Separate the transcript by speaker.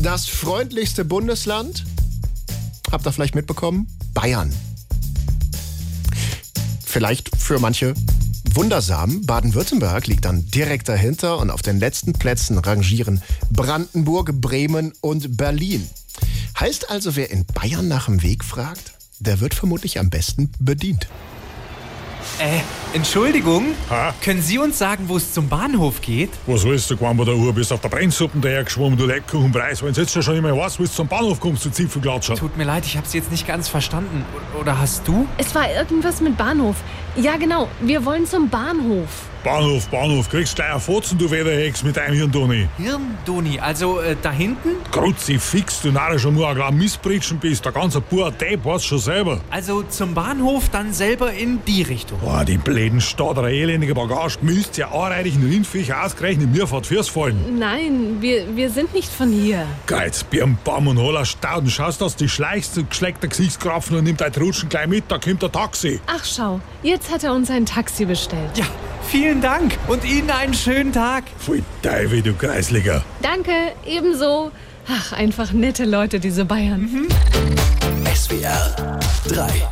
Speaker 1: das freundlichste Bundesland, habt ihr vielleicht mitbekommen, Bayern. Vielleicht für manche wundersam, Baden-Württemberg liegt dann direkt dahinter und auf den letzten Plätzen rangieren Brandenburg, Bremen und Berlin. Heißt also, wer in Bayern nach dem Weg fragt, der wird vermutlich am besten bedient.
Speaker 2: Äh, Entschuldigung,
Speaker 3: Ha?
Speaker 2: können Sie uns sagen, wo es zum Bahnhof geht?
Speaker 3: Was willst du, Quambo der Uhr? Bist auf der Brennsuppen dahergeschwommen, du Leckkuchenpreis. Wenn jetzt schon immer was, willst du zum Bahnhof kommst, du Zipfelklatscher.
Speaker 2: Tut mir leid, ich hab's jetzt nicht ganz verstanden. O- Oder hast du?
Speaker 4: Es war irgendwas mit Bahnhof. Ja, genau. Wir wollen zum Bahnhof.
Speaker 3: Bahnhof, Bahnhof, kriegst gleich ein Fotzen, du Wederhex, mit deinem Hirn, Doni.
Speaker 2: Hirndoni, also äh, da hinten?
Speaker 3: Kruzifix, du narischer Muragler, Missbritschen bist, der ganze Bauer Depp, weißt schon selber.
Speaker 2: Also zum Bahnhof, dann selber in die Richtung.
Speaker 3: Boah, die blöden Stadt, der elendige Bagage, müsst ja anreichen, Rindviecher ausgerechnet, mir fährt fürs Fallen.
Speaker 4: Nein, wir, wir sind nicht von hier.
Speaker 3: Geiz, Birn, Baum und holler Stauden, schaust, dass die schleichst und geschleckt der Gesichtskrapfen und nimmt dein Rutschen gleich mit, da kommt der Taxi.
Speaker 4: Ach schau, jetzt hat er uns ein Taxi bestellt.
Speaker 2: Ja, vielen Dank und Ihnen einen schönen Tag.
Speaker 3: Pfui, Teufel, du Kreisliger.
Speaker 4: Danke, ebenso. Mhm. Ach, einfach nette Leute, diese Bayern.
Speaker 5: SWR 3.